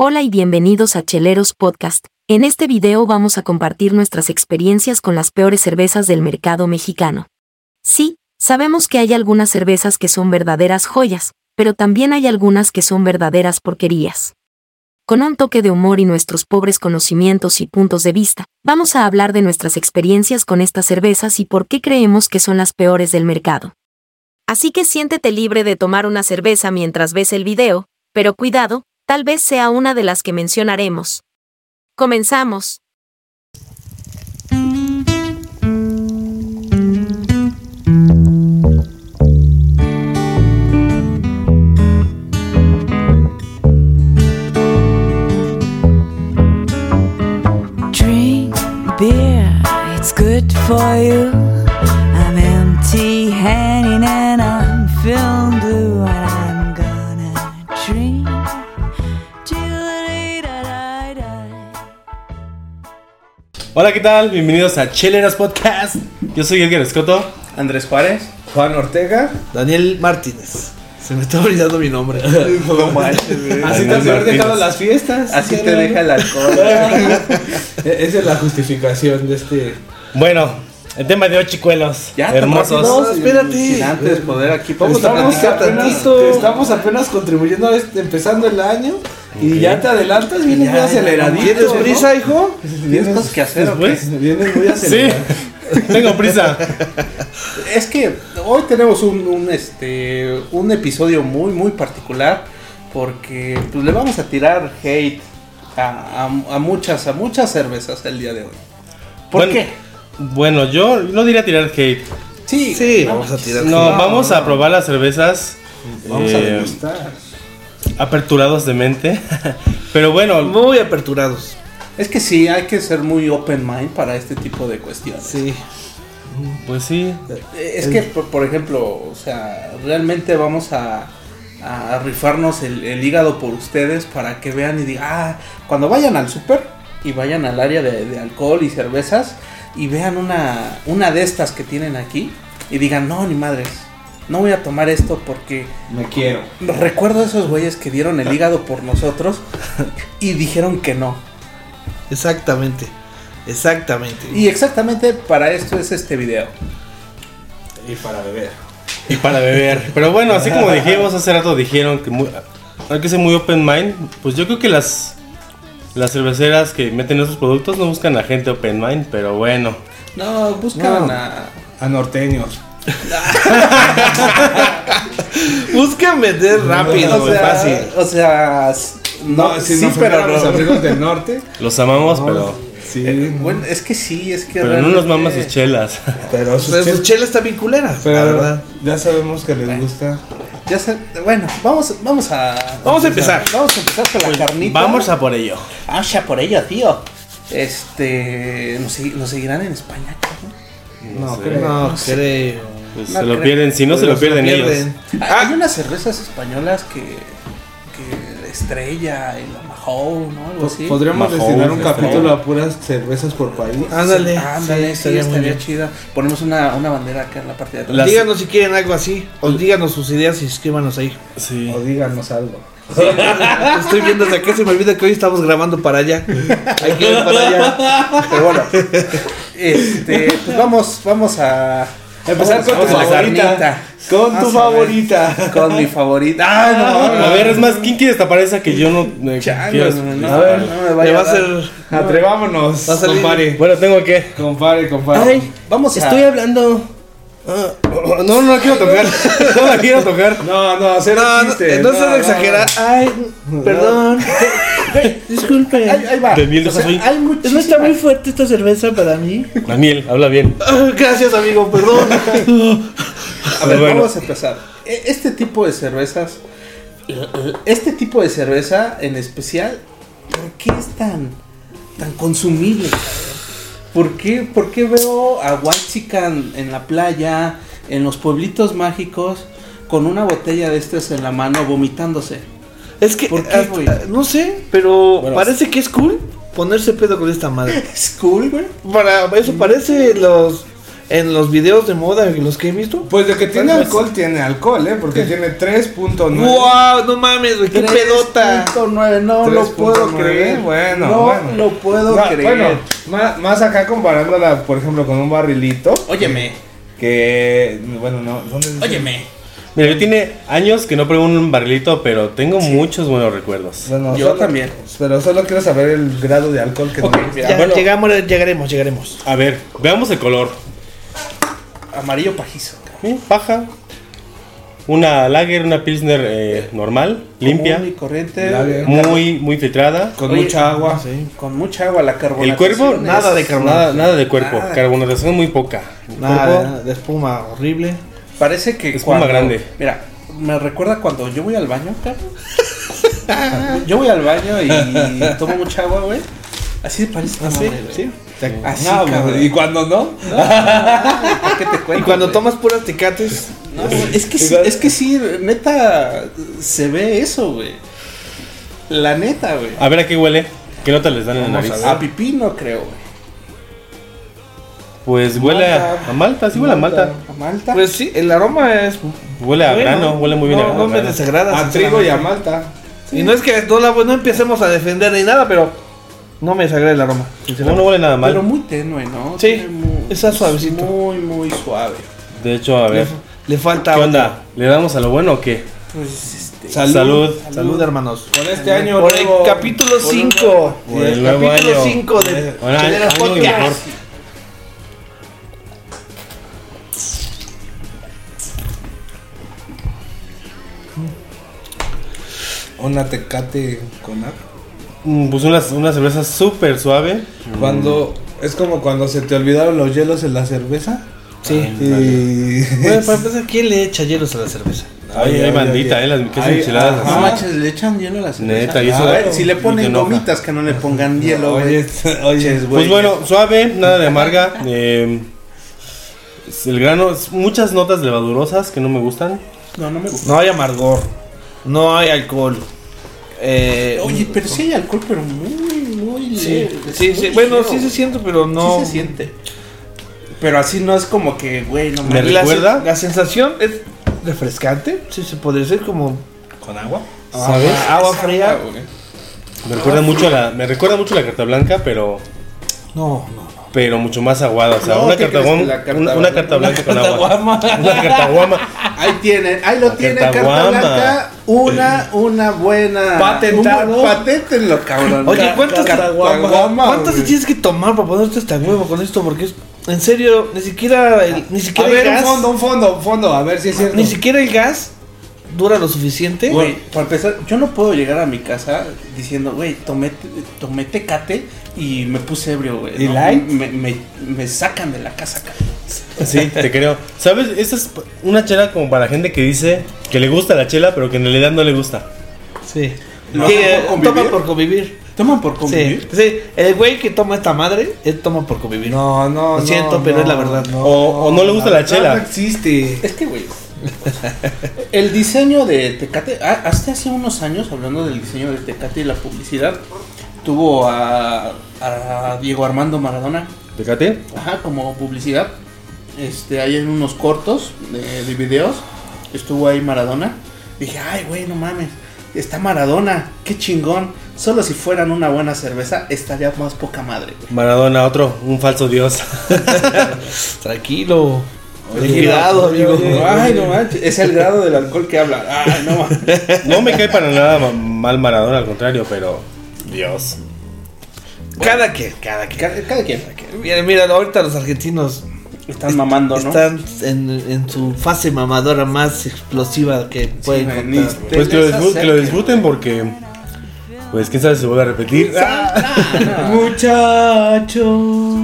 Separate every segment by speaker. Speaker 1: Hola y bienvenidos a Cheleros Podcast. En este video vamos a compartir nuestras experiencias con las peores cervezas del mercado mexicano. Sí, sabemos que hay algunas cervezas que son verdaderas joyas, pero también hay algunas que son verdaderas porquerías. Con un toque de humor y nuestros pobres conocimientos y puntos de vista, vamos a hablar de nuestras experiencias con estas cervezas y por qué creemos que son las peores del mercado. Así que siéntete libre de tomar una cerveza mientras ves el video, pero cuidado, tal vez sea una de las que mencionaremos. Comenzamos.
Speaker 2: Drink beer, it's good for you. I'm empty handed and I'm feeling blue, and I'm gonna drink. Chee-la-dee-da-da-da.
Speaker 3: Hola, ¿qué tal? Bienvenidos a Cheleras Podcast. Yo soy Edgar Escoto.
Speaker 4: Andrés Juárez.
Speaker 5: Juan Ortega, Daniel Martínez. Se me está olvidando mi nombre.
Speaker 4: No manches, güey.
Speaker 5: Así te haber dejado las fiestas.
Speaker 4: Así te deja el alcohol.
Speaker 5: E- Esa es la justificación de este.
Speaker 3: Bueno, el tema de hoy, chicuelos.
Speaker 4: Ya, tan
Speaker 3: hermosos.
Speaker 4: rápido.
Speaker 5: No, espérate.
Speaker 4: Sin antes poder aquí
Speaker 5: Vamos a
Speaker 4: presentar-
Speaker 5: estamos, apenas, estamos apenas contribuyendo a este, empezando el año. Y ya te adelantas, vienes muy aceleradito. ¿Tienes prisa, hijo?
Speaker 4: ¿Tienes cosas que hacer o qué?
Speaker 3: Después.
Speaker 5: Vienes muy
Speaker 3: Sí,
Speaker 5: acelerado.
Speaker 3: tengo prisa.
Speaker 4: Es que hoy tenemos un, un, este, un episodio muy, muy particular porque pues, le vamos a tirar hate a, a- a muchas, a muchas cervezas el día de hoy. ¿Por
Speaker 3: Bueno,
Speaker 4: qué?
Speaker 3: Bueno, yo no diría tirar hate.
Speaker 4: Sí,
Speaker 5: Sí,
Speaker 4: no
Speaker 5: vamos a
Speaker 4: manches.
Speaker 5: tirar.
Speaker 3: No, vamos a probar las cervezas.
Speaker 5: Vamos a
Speaker 3: eh,
Speaker 5: degustar.
Speaker 3: aperturados de mente. Pero bueno,
Speaker 5: Muy aperturados.
Speaker 4: Es que sí, hay que ser muy open mind para este tipo de cuestiones.
Speaker 5: Sí.
Speaker 3: pues sí.
Speaker 4: Eh, Es que, por, por ejemplo, o sea, realmente vamos a, a rifarnos el, el hígado por ustedes para que vean y digan, ah, cuando vayan al súper y vayan al área de, de alcohol y cervezas y vean una, una de estas que tienen aquí y digan, no, ni madres, no voy a tomar esto porque
Speaker 5: Me quiero.
Speaker 4: recuerdo esos güeyes que dieron el hígado por nosotros y dijeron que no.
Speaker 5: Exactamente. Exactamente.
Speaker 4: Y exactamente para esto es este video.
Speaker 5: y para beber.
Speaker 3: Y para beber. Pero bueno, así como dijimos hace rato, dijeron que muy- hay que ser muy open mind. Pues yo creo que las, las cerveceras que meten esos productos no buscan a gente open mind, pero bueno.
Speaker 4: No, buscan
Speaker 5: No.
Speaker 4: a...
Speaker 5: A norteños. Buscan vender rápido,
Speaker 4: o sea,
Speaker 5: fácil.
Speaker 4: O sea, s- no, sí, pero
Speaker 5: los
Speaker 4: no.
Speaker 5: amigos del norte.
Speaker 3: Los amamos, pero,
Speaker 5: Sí.
Speaker 4: Eh, bueno, es que sí, es que
Speaker 3: pero no
Speaker 4: realmente-
Speaker 3: nos maman sus chelas.
Speaker 4: pues,
Speaker 5: pero sus, chelas están bien culeras, la verdad.
Speaker 6: Ya sabemos que les gusta.
Speaker 4: Ya se- bueno, vamos, vamos a.
Speaker 5: Vamos a empezar. Pues
Speaker 4: Vamos a empezar con la carnita.
Speaker 3: Vamos a por ello.
Speaker 4: Vamos a por ello, tío. Este. ¿Nos, segui- nos seguirán en España? cabrón?
Speaker 3: No,
Speaker 5: No, creo.
Speaker 3: Pues
Speaker 4: no
Speaker 3: se lo
Speaker 4: creo.
Speaker 3: pierden, si no se lo pierden ellos.
Speaker 4: Ah, Hay unas cervezas españolas que. que estrella, el Amajou, ¿no? Algo así.
Speaker 6: Podríamos
Speaker 3: Mahomes,
Speaker 6: destinar un
Speaker 3: este.
Speaker 6: capítulo a puras cervezas por país.
Speaker 5: Ándale.
Speaker 4: Ándale, sí,
Speaker 5: estaría muy
Speaker 4: estaría
Speaker 5: bien.
Speaker 4: chida. Ponemos una, una bandera acá en la parte de atrás.
Speaker 3: La- Las-
Speaker 5: Díganos si quieren algo así. O díganos sus ideas y escríbanos ahí.
Speaker 3: Sí.
Speaker 6: O díganos algo.
Speaker 5: Estoy viendo hasta acá, se me olvida que hoy estamos grabando para allá. Hay que ir para allá.
Speaker 4: Pero bueno, este, pues vamos, vamos a
Speaker 6: Empezar con
Speaker 4: vamos
Speaker 6: tu
Speaker 4: a la
Speaker 6: favorita.
Speaker 4: carnita.
Speaker 6: Con
Speaker 4: Vamos
Speaker 6: tu
Speaker 4: a ver.
Speaker 6: favorita.
Speaker 4: Con mi favorita. Ah, no, no,
Speaker 3: A ver, es más, ¿quién quiere destapar esa que yo no me
Speaker 4: changos,
Speaker 3: quiero-
Speaker 4: no, no,
Speaker 6: A ver,
Speaker 4: no me
Speaker 5: Le
Speaker 4: vaya
Speaker 5: va a
Speaker 4: dar.
Speaker 5: hacer.
Speaker 6: Atrevámonos.
Speaker 5: Va a salir-
Speaker 6: Compare.
Speaker 3: Bueno, tengo que.
Speaker 6: Compare, compare.
Speaker 4: Ay, vamos a
Speaker 3: Estoy hablando. Ah, no, no la quiero tocar. No la quiero tocar.
Speaker 6: No, no, cero
Speaker 5: No, no,
Speaker 6: chiste.
Speaker 5: no seas exagerado. Ay, perdón. Disculpe.
Speaker 4: Ahí, ahí va.
Speaker 3: De miel de soy.
Speaker 4: hay muchísima-
Speaker 5: fuerte esta cerveza para mí.
Speaker 3: Daniel, habla bien.
Speaker 7: Ah,
Speaker 5: Gracias, amigo, perdón.
Speaker 4: A ver,
Speaker 3: Bueno.
Speaker 4: vamos a empezar. E- Este tipo de cervezas este tipo de cerveza en especial, ¿por qué es tan, tan consumible? cabrón? ¿Por qué, por qué veo a Huachican en la playa, en los pueblitos mágicos, con una botella de estas en la mano, vomitándose?
Speaker 7: Es que,
Speaker 4: ¿Por qué,
Speaker 7: ah,
Speaker 4: güey?
Speaker 7: ah, no sé, pero
Speaker 3: Bueno,
Speaker 7: parece que es cool ponerse pedo con esta madre. Mm.
Speaker 4: Es cool, güey.
Speaker 7: Para eso parece los en los videos de moda en los que he visto.
Speaker 6: Pues de que tiene
Speaker 7: Pues-
Speaker 6: alcohol, tiene alcohol, ¿eh? Porque tiene 3.9.
Speaker 7: ¡Wow! No mames, güey, qué pedota.
Speaker 4: 3.9, no lo
Speaker 6: 3.9,
Speaker 4: puedo creer.
Speaker 6: bueno,
Speaker 4: no
Speaker 6: bueno.
Speaker 4: lo puedo
Speaker 6: Ma-
Speaker 4: creer.
Speaker 6: Bueno, ma- más acá comparándola, por ejemplo, con un barrilito.
Speaker 4: Óyeme,
Speaker 6: Que, bueno, no. ¿dónde es?
Speaker 4: óyeme.
Speaker 3: Mira, yo tiene años que no pruebo un barrilito, pero tengo muchos buenos recuerdos.
Speaker 6: Bueno,
Speaker 4: Yo
Speaker 6: solo-
Speaker 4: también.
Speaker 6: Pero solo quiero saber el grado de alcohol que
Speaker 4: Ok,
Speaker 6: tenemos.
Speaker 4: mira,
Speaker 7: Ya,
Speaker 3: bueno.
Speaker 7: llegamos, llegaremos, llegaremos.
Speaker 3: A ver, veamos el color.
Speaker 4: amarillo pajizo.
Speaker 3: Eh, Paja. Una lager, una pilsner eh, normal, limpia,
Speaker 4: Común y corriente.
Speaker 6: este Lager.
Speaker 3: muy, muy filtrada.
Speaker 6: Con
Speaker 4: Oye,
Speaker 6: mucha agua.
Speaker 4: Con mucha agua la carbonatación.
Speaker 3: El cuerpo,
Speaker 4: es-
Speaker 3: nada de carbonato. Nada, nada de cuerpo,
Speaker 4: Nada.
Speaker 3: carbonatación muy poca.
Speaker 7: Nada, de- de espuma horrible.
Speaker 4: Parece que
Speaker 3: Espuma
Speaker 4: cuando-
Speaker 3: grande.
Speaker 4: Mira, me recuerda cuando yo voy al baño, cabrón. yo voy al baño y tomo mucha agua, güey. Así parece.
Speaker 7: Ah, sí, sí.
Speaker 4: Así,
Speaker 6: Ah,
Speaker 4: cabrón.
Speaker 6: y cuando no,
Speaker 4: ¿Para qué te cuento,
Speaker 7: Y cuando
Speaker 4: güey?
Speaker 7: tomas puras tecates,
Speaker 4: No, güey, es que sí, es que sí, neta, se ve eso, güey. La neta, güey.
Speaker 3: A ver a qué huele. ¿Qué nota les dan en Ah, la
Speaker 4: Vamos
Speaker 3: nariz?
Speaker 4: a, a pipí no creo, güey.
Speaker 3: Pues huele a,
Speaker 4: Malta.
Speaker 3: a malta, sí huele a malta.
Speaker 4: A Malta.
Speaker 7: pues sí, el aroma es.
Speaker 3: Huele a
Speaker 7: bueno,
Speaker 3: grano, huele muy bien
Speaker 7: no,
Speaker 3: a
Speaker 7: No me
Speaker 3: grano.
Speaker 7: desagrada.
Speaker 4: Ah,
Speaker 6: a trigo y a
Speaker 7: sinceramente.
Speaker 6: malta.
Speaker 7: Y no es que no, la, no empecemos a defender ni nada, pero no me desagrada el aroma.
Speaker 3: No,
Speaker 7: sinceramente.
Speaker 3: no huele nada
Speaker 4: pero
Speaker 3: mal.
Speaker 4: muy tenue, ¿no?
Speaker 7: Sí,
Speaker 4: Tiene muy- pues,
Speaker 7: está suavecito.
Speaker 4: Muy, muy suave.
Speaker 3: De hecho, a ver.
Speaker 7: Le falta.
Speaker 3: ¿Qué onda? ¿Le damos a lo bueno o qué?
Speaker 4: Pues este.
Speaker 7: Salud.
Speaker 3: Salud.
Speaker 7: Salud, hermanos.
Speaker 6: Con este año
Speaker 7: Por el
Speaker 6: nuevo-
Speaker 7: capítulo 5.
Speaker 3: Por el nuevo
Speaker 7: Capítulo
Speaker 3: año.
Speaker 7: 5 de
Speaker 3: Ahora,
Speaker 7: Cheleras
Speaker 3: algo
Speaker 7: Podcast.
Speaker 3: mejor.
Speaker 6: Una tecate con agua.
Speaker 3: Mm, Pues una, una cerveza súper suave.
Speaker 4: Mm.
Speaker 6: Cuando es como cuando se te olvidaron los hielos en la cerveza.
Speaker 7: Sí.
Speaker 6: Y...
Speaker 7: Bueno, para empezar, ¿quién le echa hielos a la cerveza?
Speaker 3: Ay, hay bandita, ¿eh? Las que
Speaker 6: Ay,
Speaker 3: enchiladas
Speaker 4: No
Speaker 6: ajá.
Speaker 3: así.
Speaker 4: manches, le echan hielo a la cerveza.
Speaker 3: Ah. Neta, y eso-
Speaker 4: A ver, si le
Speaker 3: y
Speaker 4: ponen
Speaker 3: te enoja.
Speaker 4: gomitas que no le pongan hielo, güey.
Speaker 6: Oye, oye,
Speaker 3: Pues bueno, suave, nada de amarga. eh, es el grano, es muchas notas levadurosas que no me gustan.
Speaker 4: No, no me gusta.
Speaker 7: No hay amargor. No hay alcohol. Eh,
Speaker 4: Oye, pero sí hay alcohol, pero muy, muy
Speaker 7: sí,
Speaker 4: leve.
Speaker 7: sí,
Speaker 4: Es
Speaker 7: sí.
Speaker 4: muy
Speaker 7: Bueno,
Speaker 4: ligero,
Speaker 7: sí se
Speaker 4: güey.
Speaker 7: siente, pero no.
Speaker 4: Sí se siente. Pero así no es como que, güey, no
Speaker 3: Me
Speaker 4: mames.
Speaker 7: La-
Speaker 3: ¿Recuerda?
Speaker 7: La sensación ¿Este? es refrescante. Sí, se podría decir como
Speaker 6: con agua.
Speaker 3: ¿Sabes?
Speaker 7: Ajá, agua fría.
Speaker 3: Me recuerda mucho a la, me recuerda mucho a la carta blanca, pero,
Speaker 7: No, no.
Speaker 3: pero mucho más aguada. O sea,
Speaker 4: No,
Speaker 3: una,
Speaker 4: ¿qué
Speaker 3: carta
Speaker 4: crees que
Speaker 3: guam-
Speaker 4: la carta
Speaker 3: una, una
Speaker 4: blanca-
Speaker 3: carta blanca con agua.
Speaker 7: Caguama.
Speaker 3: Una carta guama.
Speaker 4: Ahí tienen, ahí lo
Speaker 3: La
Speaker 4: tiene
Speaker 3: carta
Speaker 4: carta
Speaker 3: guama.
Speaker 4: blanca. Una, una buena.
Speaker 6: Patentado.
Speaker 4: un buen- paténtenlo, cabrón.
Speaker 7: Oye,
Speaker 4: Ca-
Speaker 7: ¿cuántas,
Speaker 4: Cartaguama,
Speaker 7: ¿cuántas
Speaker 4: güey?
Speaker 7: te tienes que tomar para ponerte hasta huevo con esto? Porque es, en serio, ni siquiera el, ni
Speaker 6: A
Speaker 7: siquiera el
Speaker 6: ver, un
Speaker 7: gas, Ah,
Speaker 6: fondo, un fondo, un fondo, a ver si es cierto.
Speaker 7: ni siquiera el gas dura lo suficiente.
Speaker 4: Güey, para empezar, yo no puedo llegar a mi casa diciendo, güey, tomé, tomé tecate y me puse ebrio, güey.
Speaker 6: ¿Y
Speaker 4: No,
Speaker 6: light?
Speaker 4: Me, me, me sacan de la casa, cabrón.
Speaker 3: Sí, te creo. ¿Sabes? Esta es una chela como para gente que dice que le gusta la chela, pero que en realidad no le gusta.
Speaker 7: Sí.
Speaker 4: ¿Lo
Speaker 7: Que,
Speaker 4: hacen
Speaker 7: eh,
Speaker 4: por convivir?
Speaker 7: toma por convivir.
Speaker 4: Toman por convivir.
Speaker 7: Sí, sí, el güey que toma esta madre, él toma por convivir.
Speaker 6: No, no,
Speaker 7: Lo
Speaker 6: no,
Speaker 7: siento, pero
Speaker 6: no,
Speaker 7: es la verdad.
Speaker 3: O- o no le gusta la
Speaker 6: verdad
Speaker 3: chela.
Speaker 6: No existe.
Speaker 4: Es que, güey, el diseño de Tecate, ah, hasta hace unos años, hablando del diseño de Tecate y la publicidad, tuvo a, a Diego Armando Maradona
Speaker 3: Tecate.
Speaker 4: ajá, como publicidad. Este, ahí en unos cortos de, de videos, estuvo ahí Maradona. Dije, ay, güey, no mames, está Maradona, qué chingón. Solo si fueran una buena cerveza, estaría más poca madre, güey.
Speaker 3: Maradona, otro, un falso dios.
Speaker 7: Tranquilo. Ten cuidado, amigo.
Speaker 4: Ay, no manches, es el grado del alcohol que habla. Ay, no mames.
Speaker 3: No me cae para nada ma- mal Maradona, al contrario, pero. Dios.
Speaker 7: Cada quien, cada quien.
Speaker 4: Cada, cada quien
Speaker 7: Mira, mira, ahorita los argentinos
Speaker 4: están mamando, ¿no?
Speaker 7: están en, en su fase mamadora más explosiva que pueden
Speaker 4: güey,
Speaker 7: encontrar,
Speaker 4: listo.
Speaker 7: güey.
Speaker 3: Pues que lo,
Speaker 4: les
Speaker 3: disfrut- que lo
Speaker 4: acerquen.
Speaker 3: disfruten porque. Pues quién sabe si se vuelve a repetir. Ah,
Speaker 7: Muchacho.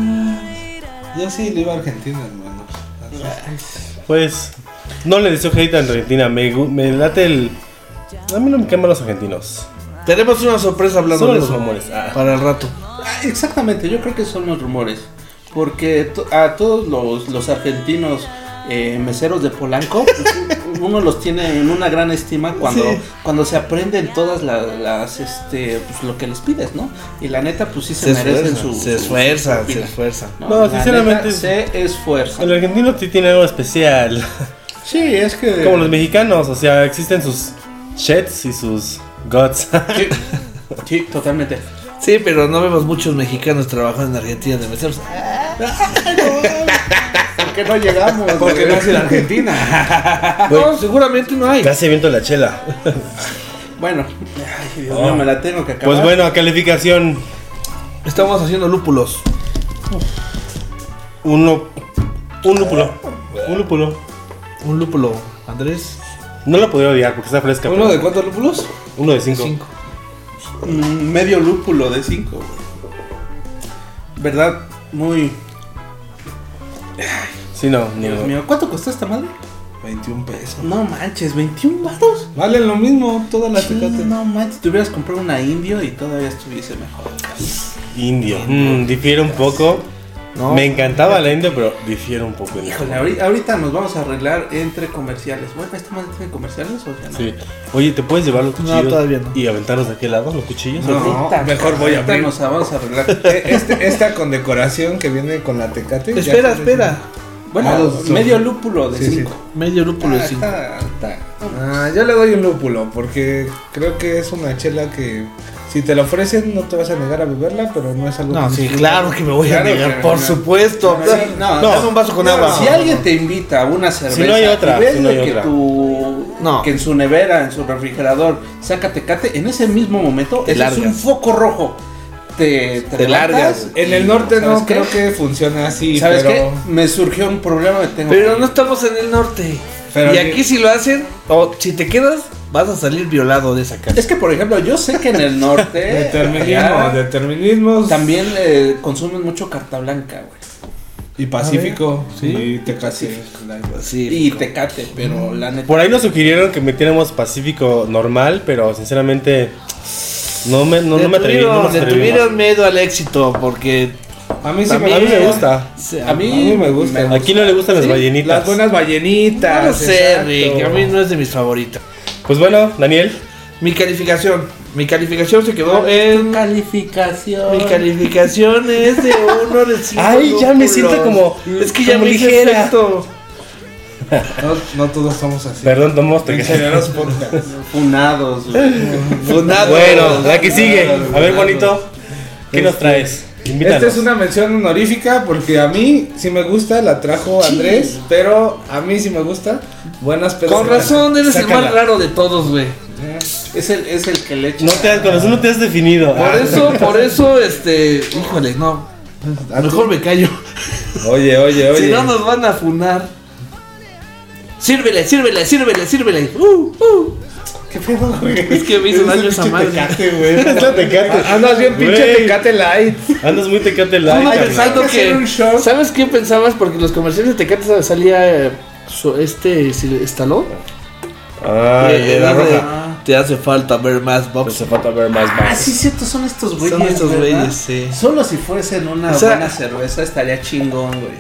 Speaker 6: Yo sí le iba a Argentina, hermano.
Speaker 3: Pues. No le deseo hate a Argentina. Me, gu- me late el, A mí no me queman los argentinos.
Speaker 7: Tenemos una sorpresa hablando
Speaker 3: Solo
Speaker 7: de
Speaker 3: los
Speaker 7: eso.
Speaker 3: mamones. Ah.
Speaker 7: Para el rato.
Speaker 4: Ah, Exactamente, yo creo que son los rumores. Porque to- a todos los, los argentinos eh, meseros de Polanco, uno los tiene en una gran estima cuando, cuando se aprenden todas la- las, este, pues, lo que les pides, ¿no? Y la neta, pues sí se, merecen su.
Speaker 7: se
Speaker 4: su-
Speaker 7: esfuerzan,
Speaker 4: su
Speaker 7: se
Speaker 4: vida.
Speaker 7: esfuerzan.
Speaker 3: No,
Speaker 4: la
Speaker 3: sinceramente-
Speaker 4: neta, se esfuerzan.
Speaker 3: El argentino sí tiene algo especial.
Speaker 4: Sí, es que.
Speaker 3: Como los mexicanos, o sea, existen sus sheds y sus guts.
Speaker 4: Sí, sí, totalmente.
Speaker 7: Sí, pero no vemos muchos mexicanos trabajando en Argentina de meseros.
Speaker 4: ¿Por qué no llegamos? Porque no es en Argentina.
Speaker 7: No, seguramente no hay.
Speaker 3: Casi viento la chela.
Speaker 4: Bueno, ay, Dios mío, me la tengo que acabar.
Speaker 3: Pues bueno, calificación
Speaker 7: Estamos haciendo lúpulos.
Speaker 3: uno, un lúpulo, un lúpulo.
Speaker 7: Un lúpulo, Andrés.
Speaker 3: No lo podría odiar porque está fresca.
Speaker 5: ¿Uno
Speaker 3: pero-
Speaker 5: de cuántos lúpulos?
Speaker 3: uno de cinco.
Speaker 7: Cinco.
Speaker 4: Mm, medio lúpulo de 5. ¿Verdad? Muy.
Speaker 3: Sí, no, ni
Speaker 4: Dios
Speaker 3: uno.
Speaker 4: mío, ¿cuánto costó esta madre?
Speaker 5: 21 pesos.
Speaker 4: No manches, 21 varos.
Speaker 5: Valen lo mismo todas las
Speaker 4: Sí,
Speaker 5: tecates.
Speaker 4: no manches, te hubieras comprado una indio y todavía estuviese mejor.
Speaker 3: Indio. Mm, difiere un poco. Me encantaba la indio, pero difiere un poco. en el
Speaker 4: Híjole,
Speaker 3: sabor.
Speaker 4: Pues, ahori- ahorita nos vamos a arreglar entre comerciales. Bueno, ¿esta madre tiene comerciales o sea, no?
Speaker 3: Sí. Oye, ¿te puedes llevar los cuchillos
Speaker 7: todavía no.
Speaker 3: y aventarlos de aquel lado, los cuchillos?
Speaker 4: No,
Speaker 5: No, mejor voy a
Speaker 4: ahorita
Speaker 5: abrir.
Speaker 4: Nos vamos a arreglar.
Speaker 6: Eh, este- esta condecoración que viene con la tecate. ya
Speaker 7: Espera,
Speaker 6: con eso-
Speaker 7: espera.
Speaker 4: Bueno,
Speaker 6: Ah, los-
Speaker 4: medio lúpulo de
Speaker 6: Sí, sí.
Speaker 4: 5.
Speaker 7: Medio lúpulo de cinco.
Speaker 4: Está, está-
Speaker 6: Ah, yo le doy un lúpulo porque creo que es una chela que si te la ofrecen no te vas a negar a beberla, pero no es algo
Speaker 7: No,
Speaker 6: que
Speaker 7: sí,
Speaker 6: disfrutes.
Speaker 7: claro que me voy a
Speaker 4: Claro
Speaker 7: negar,
Speaker 4: que
Speaker 7: por
Speaker 4: no.
Speaker 7: supuesto.
Speaker 4: No, sí, no,
Speaker 7: no,
Speaker 4: no.
Speaker 7: un vaso con agua.
Speaker 4: Si alguien te invita a una cerveza
Speaker 3: no hay otra,
Speaker 4: y ves
Speaker 3: si no hay
Speaker 4: de que
Speaker 3: otra.
Speaker 4: tu-
Speaker 7: No.
Speaker 4: que en su nevera, en su refrigerador, saca Tecate, en ese mismo momento
Speaker 7: Te
Speaker 4: ese es
Speaker 7: largas.
Speaker 4: un foco rojo. Te, te
Speaker 7: Te
Speaker 4: levantas
Speaker 7: largas.
Speaker 4: y,
Speaker 6: En el norte
Speaker 4: ¿sabes
Speaker 6: no
Speaker 4: qué?
Speaker 6: creo que funciona así,
Speaker 4: ¿Sabes
Speaker 6: pero
Speaker 4: qué? Me surgió un problema que tengo.
Speaker 7: Pero
Speaker 4: que-
Speaker 7: no estamos en el norte.
Speaker 6: Pero
Speaker 7: y
Speaker 6: ni-
Speaker 7: aquí si lo hacen, o si te quedas, vas a salir violado de esa casa.
Speaker 4: Es que, por ejemplo, yo sé que en el norte
Speaker 6: determinismo,
Speaker 4: allá,
Speaker 6: determinismos
Speaker 4: también eh, consumen mucho carta blanca, güey.
Speaker 6: y pacífico,
Speaker 7: Sí.
Speaker 6: y tecate.
Speaker 7: Sí.
Speaker 4: Y Tecate, pero la neta.
Speaker 3: Por ahí nos sugirieron que metiéramos Pacífico normal, pero sinceramente no me, no, no me atreví. No
Speaker 7: tuvieron,
Speaker 3: nos
Speaker 7: le
Speaker 3: atrevimos.
Speaker 7: tuvieron miedo al éxito porque
Speaker 6: A mí sí
Speaker 3: A mí
Speaker 6: me,
Speaker 3: me gusta.
Speaker 7: se-
Speaker 4: a mí,
Speaker 6: A mí me gusta.
Speaker 3: ¿A quién no le gustan las ballenitas?
Speaker 6: Las buenas
Speaker 3: Ah,
Speaker 7: no
Speaker 6: ballenitas.
Speaker 7: lo sé,
Speaker 6: exacto.
Speaker 7: Rick, a mí no es de mis favoritas.
Speaker 3: Pues bueno, Daniel,
Speaker 7: Mi calificación, mi calificación se quedó
Speaker 4: Tu
Speaker 7: en
Speaker 4: calificación.
Speaker 7: mi calificación es de uno de cinco
Speaker 3: Ay, ya me siento
Speaker 7: lúpulos.
Speaker 3: como-
Speaker 7: es que ya
Speaker 3: como
Speaker 7: me hice
Speaker 3: ligera.
Speaker 7: efecto.
Speaker 6: No, no todos somos así.
Speaker 3: perdón, tomamos
Speaker 6: Ingenieros podcast.
Speaker 4: Funados, güey.
Speaker 7: Fundado.
Speaker 3: Bueno, la que sigue. A ver, bonito, ¿qué nos traes? Invítanos.
Speaker 6: Esta Este es una mención honorífica porque a mí sí me gusta, la trajo Andrés, pero a mí sí me gusta. Buenas pedas.
Speaker 7: Con razón, eres el más raro de todos, güey.
Speaker 4: Es el, es el que le echa.
Speaker 3: No te has, con eso no te has definido.
Speaker 7: Por eso, por eso, este, híjole, no. A lo mejor me callo.
Speaker 6: Oye, oye, oye.
Speaker 7: Si no nos van a funar. Sírvele, sírvele, sírvele, sírvele. Uh, uh.
Speaker 6: ¿Qué pedo, güey?
Speaker 7: Es que me hizo daño esa madre.
Speaker 3: Es la tecate.
Speaker 6: Andas Ah, bien pinche
Speaker 3: Güey.
Speaker 6: Tecate Light.
Speaker 3: Andas muy tecate light.
Speaker 7: Estaba
Speaker 3: carnal.
Speaker 7: pensando
Speaker 6: hay que hacer un
Speaker 7: que.
Speaker 6: shot.
Speaker 7: ¿Sabes qué pensabas? Porque en los comerciales de Tecate salía eh, su- este sil- Estalón.
Speaker 3: Ah, el de la
Speaker 7: Eh, dice,
Speaker 3: roja.
Speaker 7: Te hace falta ver más
Speaker 3: Pues
Speaker 7: box.
Speaker 3: se falta ver más
Speaker 4: Ah,
Speaker 3: más.
Speaker 4: sí, cierto, son estos güeyes.
Speaker 7: Son estos
Speaker 4: ¿verdad?
Speaker 7: güeyes, sí.
Speaker 4: Solo si fuesen una
Speaker 7: O sea-
Speaker 4: buena cerveza estaría chingón, güey.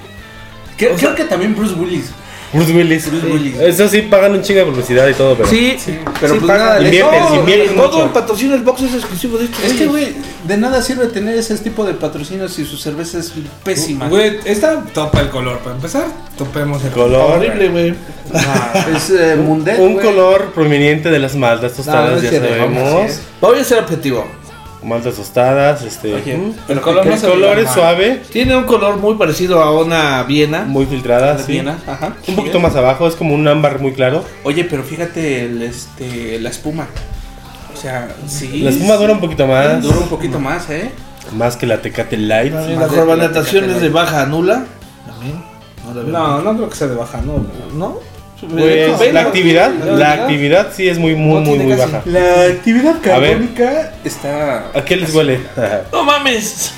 Speaker 4: Creo,
Speaker 7: O
Speaker 4: creo
Speaker 7: sea-
Speaker 4: que también Bruce Willis.
Speaker 3: Bruce Willis.
Speaker 4: Bruce Willis.
Speaker 3: Eso sí, pagan un chingo de publicidad y todo, pero.
Speaker 7: Sí,
Speaker 4: Pero
Speaker 7: sí,
Speaker 4: pues
Speaker 7: paga-
Speaker 4: nada, le-
Speaker 3: Invierten,
Speaker 7: todo,
Speaker 3: invierten
Speaker 7: todo
Speaker 3: mucho.
Speaker 7: el patrocinio del box es exclusivo de estos
Speaker 4: Es que,
Speaker 7: güeyes.
Speaker 4: güey, de nada sirve tener ese tipo de patrocinios si su cerveza es pésima.
Speaker 6: Güey, esta topa el color. Para empezar, topemos el
Speaker 3: Color.
Speaker 7: Horrible, güey.
Speaker 4: Es eh, mundet,
Speaker 3: Un
Speaker 4: güey.
Speaker 3: color proveniente de las maltas
Speaker 6: No,
Speaker 3: tostadas,
Speaker 6: no es
Speaker 3: ya
Speaker 6: cierto,
Speaker 3: sabemos.
Speaker 6: sí.
Speaker 7: Voy a ser objetivo.
Speaker 3: Maltas tostadas, este. mm.
Speaker 6: El color no
Speaker 3: El
Speaker 6: se
Speaker 3: color
Speaker 6: diga
Speaker 3: es
Speaker 6: mal.
Speaker 3: suave,
Speaker 7: Tiene un color muy parecido a una Viena.
Speaker 3: muy filtrada, sí.
Speaker 6: ah?
Speaker 4: Viena, ajá.
Speaker 3: Un poquito más abajo, es como un ámbar muy claro.
Speaker 4: Oye, pero fíjate el, este, la espuma. O sea, sí.
Speaker 3: La espuma dura un poquito más.
Speaker 4: Dura un poquito más, ¿eh?
Speaker 3: Más que la Tecate Light.
Speaker 7: La carbonatación es de baja a nula. También. No la veo.
Speaker 6: No, no creo que sea de baja, no. güey.
Speaker 7: ¿No?
Speaker 3: Pues, la actividad,
Speaker 6: la
Speaker 3: la
Speaker 6: verdad.
Speaker 3: actividad sí es muy, muy,
Speaker 6: No
Speaker 3: muy,
Speaker 6: tiene
Speaker 3: muy
Speaker 6: casi.
Speaker 3: baja.
Speaker 4: La actividad
Speaker 3: A ver.
Speaker 4: está.
Speaker 3: ¿A qué les huele?
Speaker 7: ¡No mames!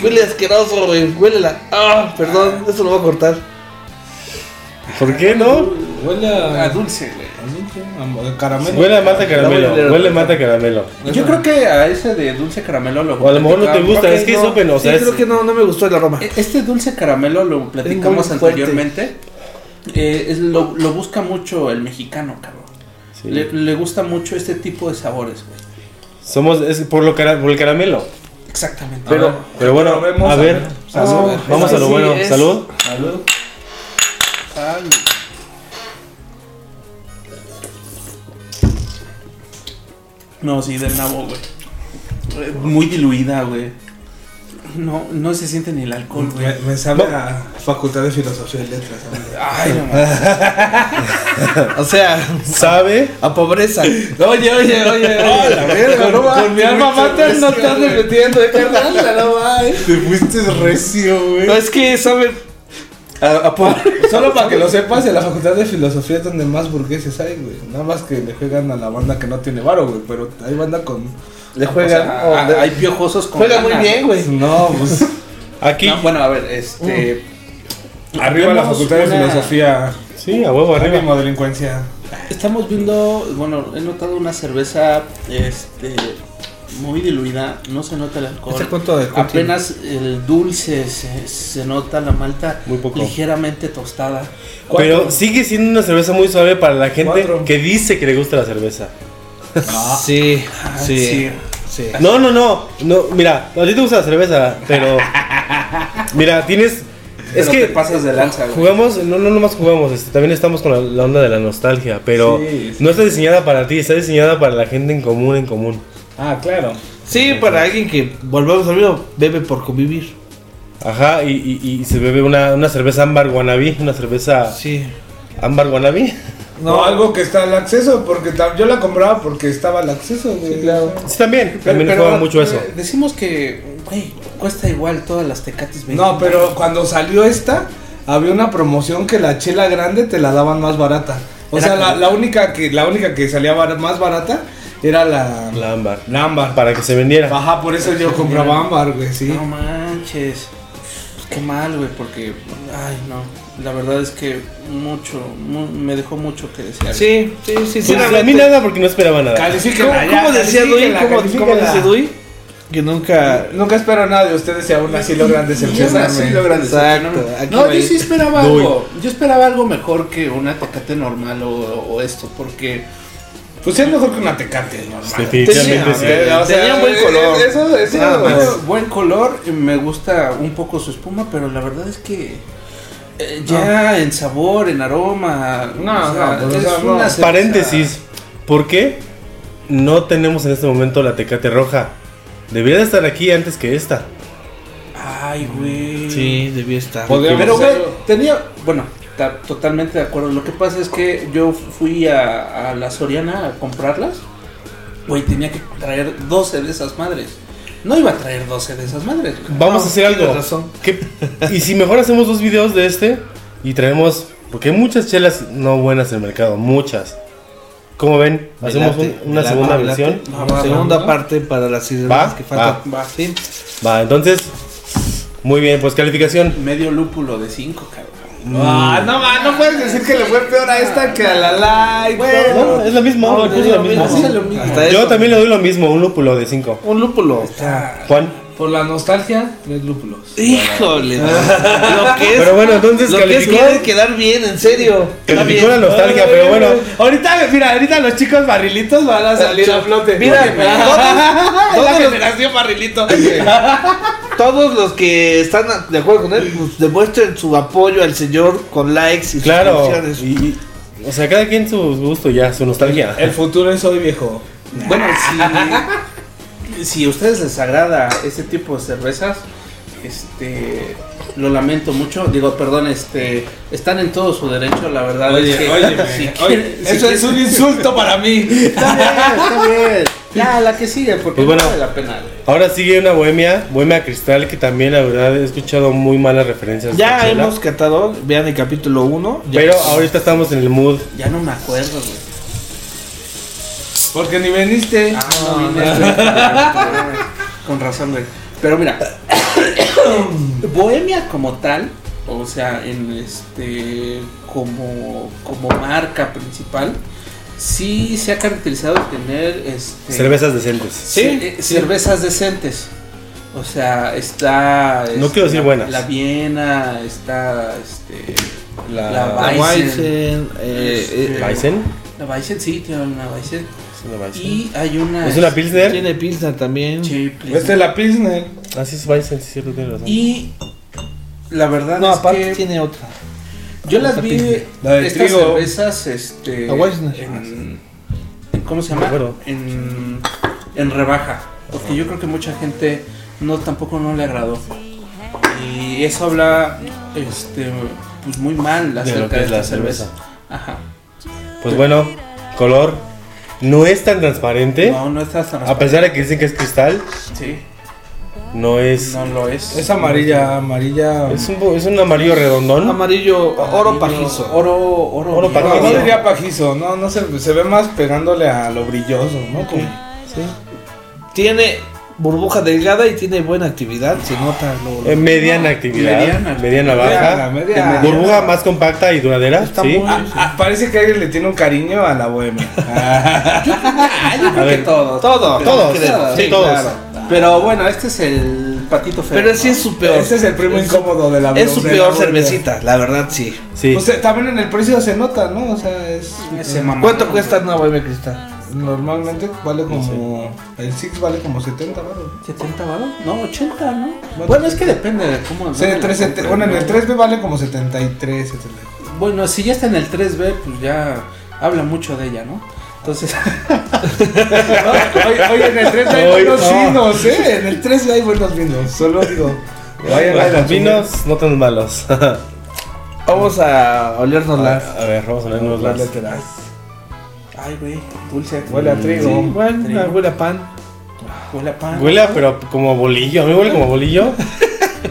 Speaker 7: Huele asqueroso, güey. Huele la. ¡Ah! Perdón, eso lo voy a cortar.
Speaker 3: ¿Por qué no?
Speaker 6: Huele
Speaker 4: Ah,
Speaker 6: a.
Speaker 4: dulce, güey.
Speaker 6: dulce, a- a caramelo.
Speaker 3: Huele a mata caramelo. Huele a mata caramelo.
Speaker 4: Yo creo que a ese de dulce caramelo lo
Speaker 3: O a lo mejor no te
Speaker 4: platicamos-
Speaker 3: gusta,
Speaker 5: Ok,
Speaker 3: es que
Speaker 5: no.
Speaker 3: es open, o
Speaker 5: Sí,
Speaker 3: sea, es-
Speaker 5: creo que no, no me gustó el aroma.
Speaker 4: E- Este dulce caramelo lo platicamos
Speaker 5: muy fuerte.
Speaker 4: anteriormente. Eh, es- lo, lo busca mucho el mexicano, cabrón.
Speaker 3: Sí.
Speaker 4: Le, le gusta mucho este tipo de sabores, güey.
Speaker 3: somos es por lo cara- por el caramelo.
Speaker 4: Exactamente.
Speaker 3: Pero, pero bueno,
Speaker 6: Probemos,
Speaker 3: a ver,
Speaker 6: Salud.
Speaker 3: vamos a lo
Speaker 4: Sí,
Speaker 3: bueno.
Speaker 4: es-
Speaker 3: Salud.
Speaker 6: Salud.
Speaker 4: Ay, No, sí, del nabo, güey. Eh, Muy diluida, güey. No, no se siente ni el alcohol, güey.
Speaker 6: Me, me sabe a Facultad de Filosofía y Letras. hombre.
Speaker 4: Ay, no mames.
Speaker 5: O sea,
Speaker 3: Sabe.
Speaker 5: a pobreza. Ah, Oye, oye, oye.
Speaker 6: la verga, no va.
Speaker 5: Con mi alma mater no estás repitiendo, eh, carnal. No va, eh.
Speaker 6: Te fuiste recio, güey.
Speaker 5: No, es que saben. A, a pobre-
Speaker 6: Solo para que lo sepas, en la Facultad de Filosofía es donde más burgueses hay, güey. Nada más que le juegan a la banda que no tiene varo, güey. Pero hay banda con.
Speaker 5: Le
Speaker 4: O
Speaker 5: juegan.
Speaker 4: sea,
Speaker 5: o
Speaker 4: a-
Speaker 5: le-
Speaker 4: hay piojosos con
Speaker 5: juega muy
Speaker 4: ganas.
Speaker 5: bien, güey.
Speaker 6: No, pues.
Speaker 3: Aquí.
Speaker 4: No, bueno, a ver, este.
Speaker 6: arriba la
Speaker 4: Vemos
Speaker 6: Facultad de
Speaker 4: una-
Speaker 6: Filosofía.
Speaker 3: Sí, a huevo arriba.
Speaker 6: Arriba delincuencia.
Speaker 4: Estamos viendo, bueno, he notado una cerveza, este, muy diluida, no se nota el alcohol.
Speaker 6: ¿Este cuánto de alcohol
Speaker 4: Apenas el dulce se, se nota la malta
Speaker 3: Muy poco.
Speaker 4: ligeramente tostada.
Speaker 3: Pero sigue siendo una cerveza muy suave para la gente
Speaker 6: Cuatro.
Speaker 3: que dice que le gusta la cerveza.
Speaker 5: Sí,
Speaker 4: sí.
Speaker 5: Ah, sí.
Speaker 3: No, no, no. No, mira, a ti te gusta la cerveza, pero mira, tienes es
Speaker 4: Pero
Speaker 3: que
Speaker 4: te pasas de lanza, güey.
Speaker 3: Jugamos, no, no nomás jugamos, este, también estamos con la, la onda de la nostalgia, pero
Speaker 6: Sí, sí.
Speaker 3: no está diseñada para ti, está diseñada para la gente en común, en común.
Speaker 6: Ah, claro.
Speaker 5: Sí, para alguien que volvamos a mí, bebe por convivir.
Speaker 3: Ajá, y, y- y se bebe una, una cerveza ámbar guanabí, una cerveza
Speaker 5: Sí.
Speaker 3: ámbar guanabí.
Speaker 6: No, algo que está al acceso, porque ta- yo la compraba porque estaba al acceso, güey. claro.
Speaker 3: Sí, también, también juega mucho eso.
Speaker 4: eh, Decimos que, güey, cuesta igual todas las tecates.
Speaker 6: No, pero cuando salió esta, había una promoción que la chela grande te la daban más barata. O
Speaker 4: Era
Speaker 6: sea, la,
Speaker 4: como-
Speaker 6: la única que la única que salía bar- más barata era la, la,
Speaker 3: La ámbar,
Speaker 6: ámbar.
Speaker 3: para que se vendiera.
Speaker 6: Ajá, por eso yo compraba ámbar, güey, sí.
Speaker 4: No manches. Pues Qué mal, güey, porque, ay, no. La verdad es que mucho, mu- me dejó mucho que desear.
Speaker 5: Sí, sí, sí.
Speaker 3: Pues, a mí nada porque no esperaba nada.
Speaker 5: ¿Cómo,
Speaker 6: Califíquenla, ya,
Speaker 5: cómo decía Dui?
Speaker 6: califíquenla,
Speaker 5: ¿Cómo,
Speaker 6: califíquenla.
Speaker 5: cómo decía Dui? Que nunca.
Speaker 6: Nunca espero nada de ustedes y aún así logran decepcionarme.
Speaker 5: Exacto. aquí
Speaker 4: No,
Speaker 5: va
Speaker 4: yo
Speaker 5: a
Speaker 4: sí
Speaker 5: ir.
Speaker 4: esperaba
Speaker 3: Doy.
Speaker 4: algo. Yo esperaba algo mejor que una tecate normal o, o esto, porque
Speaker 6: Pues es mejor que una tecate, normal.
Speaker 3: Definitivamente sí.
Speaker 6: Eh, o sea,
Speaker 5: Tenía buen
Speaker 6: eh,
Speaker 5: color.
Speaker 6: Eso, eso.
Speaker 5: Nada más.
Speaker 4: Bueno, buen color, y me gusta un poco su espuma, pero la verdad es que eh, ya en sabor, en aroma,
Speaker 6: No, no, pues,
Speaker 4: es
Speaker 6: o sea, no.
Speaker 4: una cerveza-
Speaker 3: Paréntesis, ¿por qué no tenemos en este momento la tecate roja? Debería de estar aquí antes que esta.
Speaker 4: Ay, güey.
Speaker 5: Sí, debía estar.
Speaker 6: Podríamos
Speaker 4: Pero, güey,
Speaker 6: hacerlo.
Speaker 4: tenía. Bueno, ta- totalmente de acuerdo. Lo que pasa es que yo fui a, a la Soriana a comprarlas. Güey, tenía que traer 12 de esas madres. No iba a traer 12 de esas madres. güey.
Speaker 3: Vamos
Speaker 5: No,
Speaker 3: a hacer algo.
Speaker 5: tienes razón.
Speaker 3: ¿Qué- Y si mejor hacemos dos videos de este y traemos. Porque hay muchas chelas no buenas en el mercado, muchas. Como ven,
Speaker 5: Me
Speaker 3: hacemos
Speaker 5: late,
Speaker 3: un- una
Speaker 5: me late,
Speaker 3: segunda
Speaker 5: me late.
Speaker 3: versión.
Speaker 5: Una segunda parte para las
Speaker 3: Va,
Speaker 5: ideas que faltan.
Speaker 4: va.
Speaker 5: Sí.
Speaker 3: Va, entonces. Muy bien, pues calificación.
Speaker 4: Medio lúpulo de 5, cabrón.
Speaker 5: Mm.
Speaker 6: Ah, no, ma, no puedes decir que le fue peor a esta que a la light.
Speaker 3: No, es la misma,
Speaker 5: Ah,
Speaker 3: le puse la misma.
Speaker 5: Hasta
Speaker 3: Yo
Speaker 5: eso.
Speaker 3: también le doy lo mismo, un lúpulo de 5.
Speaker 5: Un lúpulo.
Speaker 3: Juan.
Speaker 6: Por la nostalgia, tres lúpulos.
Speaker 5: Híjole. no. lo que es.
Speaker 3: Pero bueno, entonces
Speaker 5: lo que es
Speaker 3: calificó.
Speaker 5: querer quedar bien, en serio. Está
Speaker 3: Calificó la
Speaker 5: bien.
Speaker 3: nostalgia, pero bueno.
Speaker 6: Ahorita, mira, ahorita los chicos barrilitos van a salir a flote.
Speaker 5: Mira, todos-
Speaker 6: toda la
Speaker 5: todos los-
Speaker 6: generación barrilito.
Speaker 5: Todos los que están de acuerdo con él, pues demuestren su apoyo al señor con likes y
Speaker 3: Claro.
Speaker 5: suscripciones.
Speaker 3: y- y- o sea, cada quien su gusto ya, su nostalgia.
Speaker 6: El futuro es hoy, viejo.
Speaker 4: Bueno, si, si a ustedes les agrada este tipo de cervezas, este lo lamento mucho. Digo, perdón, este están en todo su derecho, la verdad es que si quieren- si
Speaker 6: eso
Speaker 4: quieren-
Speaker 6: es un insulto para mí.
Speaker 4: Está bien, está bien. Ya, la que sigue, porque
Speaker 3: Pues bueno.
Speaker 4: no vale la pena. güey.
Speaker 3: Ahora sigue una bohemia, bohemia cristal, que también la verdad he escuchado muy malas referencias. de
Speaker 5: Ya
Speaker 3: Chela.
Speaker 5: hemos catado, vean el capítulo 1.
Speaker 3: Pero ahorita estamos en el mood.
Speaker 4: Ya no me acuerdo, güey.
Speaker 6: Porque ni veniste.
Speaker 4: Ah, no, vine, güey. Con razón, güey. Pero mira, Bohemia como tal, o sea, en este como como marca principal, sí se ha caracterizado tener este,
Speaker 3: Cervezas decentes.
Speaker 4: Sí, eh, cervezas decentes. O sea, está.
Speaker 3: No
Speaker 4: este,
Speaker 3: quiero decir
Speaker 4: la-
Speaker 3: buenas.
Speaker 4: La Viena, está. Este,
Speaker 6: La,
Speaker 4: La
Speaker 5: Ah,
Speaker 6: la
Speaker 4: Weizen.
Speaker 6: Weizen, eh, eh,
Speaker 4: Este,
Speaker 3: ¿Weizen?
Speaker 4: La Weizen, sí, tiene una Weizen.
Speaker 3: ¿Es una Weizen?
Speaker 4: Y hay una.
Speaker 3: ¿Es una Pilsner?
Speaker 7: Tiene Pilsner también.
Speaker 4: Chiple.
Speaker 6: Esta es la Pilsner.
Speaker 3: Ah, sí, es Weizen, sí, cierto, tiene razón.
Speaker 4: Y la verdad
Speaker 7: No,
Speaker 4: es
Speaker 7: aparte
Speaker 4: que
Speaker 7: tiene otra.
Speaker 4: yo las vi
Speaker 6: La de
Speaker 4: estas
Speaker 6: trigo.
Speaker 4: cervezas este
Speaker 7: La Weissner.
Speaker 4: en, en- ¿cómo se llama?
Speaker 3: De Ah, acuerdo.
Speaker 4: En, en rebaja, porque yo creo que mucha gente no tampoco no le agradó. Y eso habla este pues muy mal
Speaker 3: De lo
Speaker 4: acerca
Speaker 3: que
Speaker 4: de
Speaker 3: es la
Speaker 4: esta cerveza.
Speaker 3: cerveza.
Speaker 4: Ajá.
Speaker 3: Pues bueno, color no es tan transparente.
Speaker 4: No, no estás tan
Speaker 3: A pesar de que dicen que es cristal,
Speaker 4: sí,
Speaker 3: no es.
Speaker 4: no lo es.
Speaker 6: Es amarilla, amarilla.
Speaker 3: Es, un, po- es un amarillo redondón.
Speaker 7: Amarillo, oro pajizo.
Speaker 4: Oro, oro,
Speaker 3: Oro
Speaker 4: viejo.
Speaker 6: No, no
Speaker 3: pajizo.
Speaker 6: diría pajizo, no, no se, se ve más pegándole a lo brilloso, ¿no? Como-
Speaker 7: Tiene burbuja delgada y tiene buena actividad. Se nota. lo-
Speaker 3: Eh, mediana actividad.
Speaker 4: mediana.
Speaker 3: Mediana, baja.
Speaker 6: Mediana, mediana.
Speaker 3: Burbuja más compacta y duradera.
Speaker 7: Está
Speaker 3: sí.
Speaker 7: muy-
Speaker 6: Ah, ah, parece que alguien le tiene un cariño a la bohemia. Ah,
Speaker 3: A ver,
Speaker 4: Todo,
Speaker 7: Todo,
Speaker 3: todos. sí, todos.
Speaker 4: Pero bueno, este es el patito feo.
Speaker 7: Pero sí es su peor.
Speaker 6: Este es el primo
Speaker 7: Es-
Speaker 6: incómodo de la
Speaker 7: Es su
Speaker 6: de la
Speaker 7: peor
Speaker 6: bohemia.
Speaker 7: cervecita, la verdad sí.
Speaker 3: Sí.
Speaker 6: O sea, también en el precio se nota, ¿no? O sea, es.
Speaker 4: Ah, Ese mamá.
Speaker 7: ¿Cuánto cuesta una bohemia cristal?
Speaker 6: Normalmente vale como. El Six vale como 70 baros.
Speaker 4: ¿70 baros? No, 80, ¿no? Bueno, es que depende de cómo.
Speaker 6: O sea, en el
Speaker 4: dónde lo
Speaker 6: 3,
Speaker 4: compre,
Speaker 6: bueno, en
Speaker 4: ¿no?
Speaker 6: el 3B vale como 73, 74.
Speaker 4: Bueno, si ya está en el 3B, pues ya habla mucho de ella, ¿no? Entonces,
Speaker 6: Oye, oye, en el 3B hay
Speaker 3: Oye,
Speaker 6: buenos
Speaker 3: no.
Speaker 6: vinos, ¿eh? En el 3B hay buenos vinos. Solo digo. Vayan a
Speaker 3: Los
Speaker 6: las
Speaker 3: vinos no tan malos. a
Speaker 7: Vamos a olernosla.
Speaker 3: ver, vamos a leernos
Speaker 6: Las
Speaker 3: las.
Speaker 6: letras.
Speaker 4: ay, güey, dulce.
Speaker 6: Huele a trigo.
Speaker 7: Sí, bueno, huele a pan.
Speaker 4: Huele a pan.
Speaker 3: Huele, a- pero como bolillo. A mí huele como bolillo.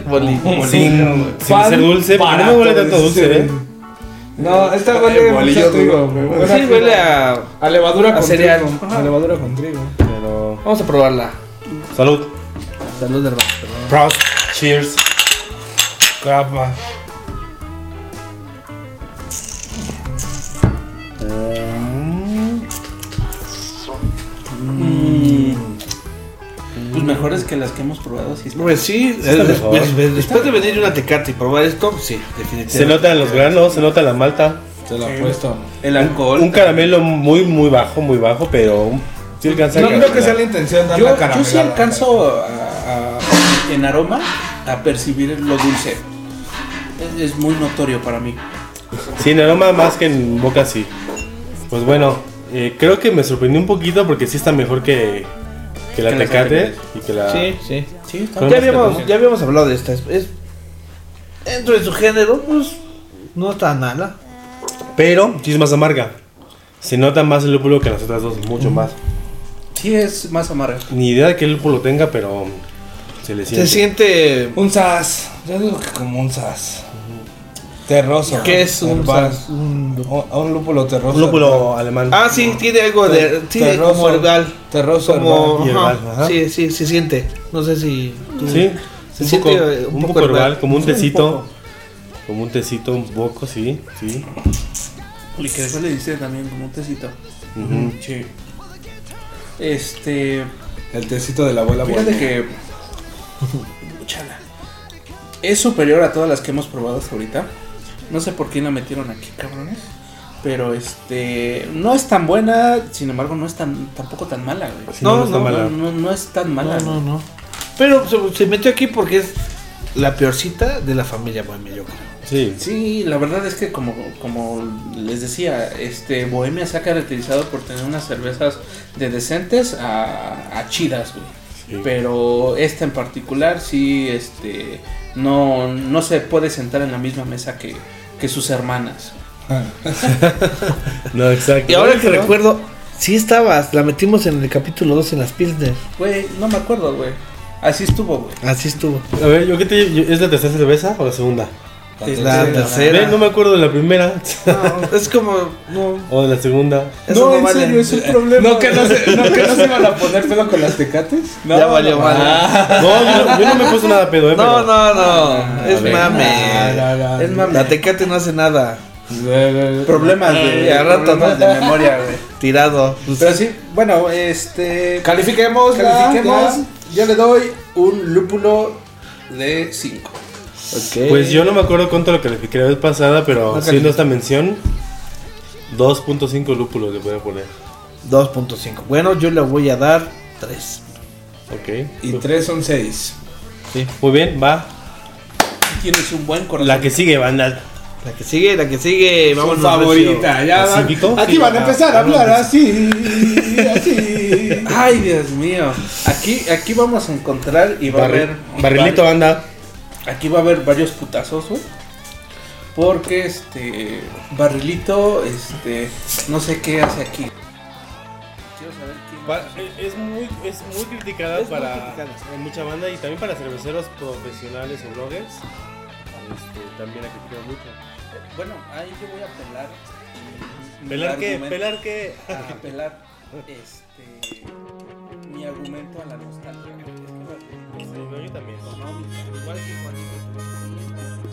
Speaker 7: Bolillo.
Speaker 3: sin, sin
Speaker 6: Pan
Speaker 3: ser dulce. porque No me huele tanto dulce, ¿eh?
Speaker 6: No, esta huele mucho a trigo, güey.
Speaker 7: Sí, huele a...
Speaker 6: a levadura
Speaker 7: a
Speaker 6: con
Speaker 7: cereal.
Speaker 6: trigo.
Speaker 7: Ajá.
Speaker 6: A levadura con trigo.
Speaker 3: Pero.
Speaker 7: Vamos a probarla.
Speaker 3: Salud.
Speaker 7: Salud, hermano.
Speaker 3: Prost. Cheers.
Speaker 6: Capa.
Speaker 4: Pues mejores que las que hemos probado. Sí, está.
Speaker 7: Pues sí,
Speaker 3: está
Speaker 7: eh, des-
Speaker 3: mejor.
Speaker 7: des- des- después de venir de una tecate y probar esto, sí, definitivamente.
Speaker 3: Se notan los granos, se nota la malta.
Speaker 6: Te la puesto.
Speaker 4: El alcohol.
Speaker 3: Un caramelo muy, muy bajo, muy bajo, pero sí alcanza a
Speaker 6: No creo que
Speaker 3: caramelar.
Speaker 6: sea la intención dar la
Speaker 4: yo,
Speaker 6: caramelada.
Speaker 4: yo sí alcanzo a- a- en aroma a percibir lo dulce. Es, es muy notorio para mí.
Speaker 3: Sí, en aroma más que en boca sí. Pues bueno, eh, creo que me sorprendió un poquito porque sí está mejor que, que la
Speaker 4: Que la
Speaker 3: Tecate
Speaker 4: Tecate.
Speaker 3: y que la...
Speaker 7: Sí, sí.
Speaker 4: Sí, está
Speaker 3: Pero-
Speaker 7: Ya habíamos, ya habíamos hablado de esta. Es, es- dentro de su género, pues no está mala.
Speaker 3: Pero sí es más amarga. Se nota más el lúpulo que las otras dos, mucho más.
Speaker 4: sí es más amarga.
Speaker 3: Ni idea de qué lúpulo tenga, pero se le siente.
Speaker 7: Se siente
Speaker 6: Un sas. Yo digo que como un sas. Terroso.
Speaker 7: que es un,
Speaker 6: Herbal.
Speaker 7: un-
Speaker 6: O- Un lúpulo terroso.
Speaker 3: Un lúpulo alemán.
Speaker 7: Ah, sí, tiene algo de tiene
Speaker 6: Terroso.
Speaker 7: como herbal.
Speaker 6: Terroso.
Speaker 7: Como
Speaker 6: herbal.
Speaker 3: Y
Speaker 7: ajá,
Speaker 3: herbal, ajá.
Speaker 7: Sí, sí, se siente. No sé si tú-
Speaker 3: Sí,
Speaker 7: Mm. Se
Speaker 3: un,
Speaker 7: siente,
Speaker 3: poco,
Speaker 7: eh, un
Speaker 3: un
Speaker 7: poco
Speaker 3: poco herbal,
Speaker 7: herbal.
Speaker 3: como un
Speaker 7: Sí, un
Speaker 3: tecito.
Speaker 7: poco.
Speaker 3: como un tecito, un poco, sí, sí.
Speaker 4: Y que después le dice también como un tecito.
Speaker 3: Ujú.
Speaker 4: Sí. Este.
Speaker 6: El tecito de la abuela.
Speaker 4: Fíjate
Speaker 6: Bohemia.
Speaker 4: que. Chala. Es superior a todas las que hemos probado hasta ahorita. No sé por qué la metieron aquí, cabrones. Pero este. No es tan buena, sin embargo, no es tan tampoco tan mala, güey.
Speaker 3: Sí, no, no está
Speaker 7: no,
Speaker 3: mala.
Speaker 4: No, no, no es tan mala.
Speaker 7: No,
Speaker 4: güey.
Speaker 7: no, no. Pero se, se metió aquí porque es la peorcita de la familia bohemia, yo creo.
Speaker 3: Sí.
Speaker 4: Sí, la verdad es que como, como les decía, este Bohemia se ha caracterizado por tener unas cervezas de decentes a, a chidas, güey.
Speaker 3: Sí.
Speaker 4: Pero esta en particular sí, este, no, no se puede sentar en la misma mesa que, que sus hermanas.
Speaker 3: No, exacto.
Speaker 7: Y ahora que recuerdo, sí estabas, la metimos en el capítulo 2 en las Pilsner.
Speaker 4: Güey, no me acuerdo, güey. Así estuvo, güey.
Speaker 7: Así estuvo.
Speaker 3: A ver, ¿yo qué te, yo- ¿es la tercera cerveza o la segunda?
Speaker 7: La tercera.
Speaker 3: Ve, no me acuerdo de la primera
Speaker 7: No, es como. No,
Speaker 3: o de la segunda.
Speaker 7: eso no, vale.
Speaker 6: es un problema. No, que no se, no, que no se iban a poner pedo con las tecates. No,
Speaker 7: ya valió
Speaker 6: no,
Speaker 7: madre.
Speaker 4: Ah.
Speaker 3: No, yo no, yo no me puse nada pedo, eh.
Speaker 7: No,
Speaker 3: pero-
Speaker 7: no, no. Es
Speaker 3: ver.
Speaker 7: mame.
Speaker 6: Ah,
Speaker 4: Ah,
Speaker 6: No, no, no.
Speaker 7: Es mame. La tecate no hace nada.
Speaker 4: Problemas
Speaker 6: Ah,
Speaker 4: de,
Speaker 7: Eh, al rato,
Speaker 4: Ah, problemas
Speaker 7: ¿no?
Speaker 4: de memoria, güey.
Speaker 7: Tirado. Pues,
Speaker 4: Pero sí, bueno, este.
Speaker 8: Califiquemos,
Speaker 4: Califiquemos. Yo le doy un lúpulo de 5.
Speaker 7: ok.
Speaker 3: Pues yo no me acuerdo cuánto lo califiqué la vez pasada, pero haciendo esta mención, 2.5 lúpulos le voy a poner.
Speaker 7: 2.5. Bueno, yo le voy a dar 3.
Speaker 3: Ok.
Speaker 9: Y tres son seis.
Speaker 3: Sí. Muy bien, va.
Speaker 4: Tienes un buen corazón.
Speaker 3: La que sigue, banda.
Speaker 7: La que sigue, la que sigue. Vamos
Speaker 9: Su favorita, ya van-
Speaker 3: ¿Pacífico?
Speaker 9: Aquí van a empezar a hablar así, así.
Speaker 4: Ay, Dios mío. Aquí, aquí vamos a encontrar y va a
Speaker 3: Barri-
Speaker 4: haber.
Speaker 3: barrilito,
Speaker 4: vari-
Speaker 3: banda.
Speaker 4: Aquí va a haber varios putazos, güey. Porque este. Barrilito, este. No sé qué hace aquí. Quiero saber quién.
Speaker 3: Es muy, es muy criticada para en mucha banda y también para cerveceros profesionales o bloggers. Este, también la critican mucho.
Speaker 4: Bueno, ahí yo voy a pelar. mi
Speaker 3: ¿Pelar qué?
Speaker 4: argumento.
Speaker 3: ¿Pelar qué?
Speaker 4: A pelar. Este. Mi argumento a la nostalgia. güey. Es que
Speaker 3: Sí,
Speaker 4: Barrilito
Speaker 3: no, yo también.
Speaker 4: es económico, igual que cualquier otro.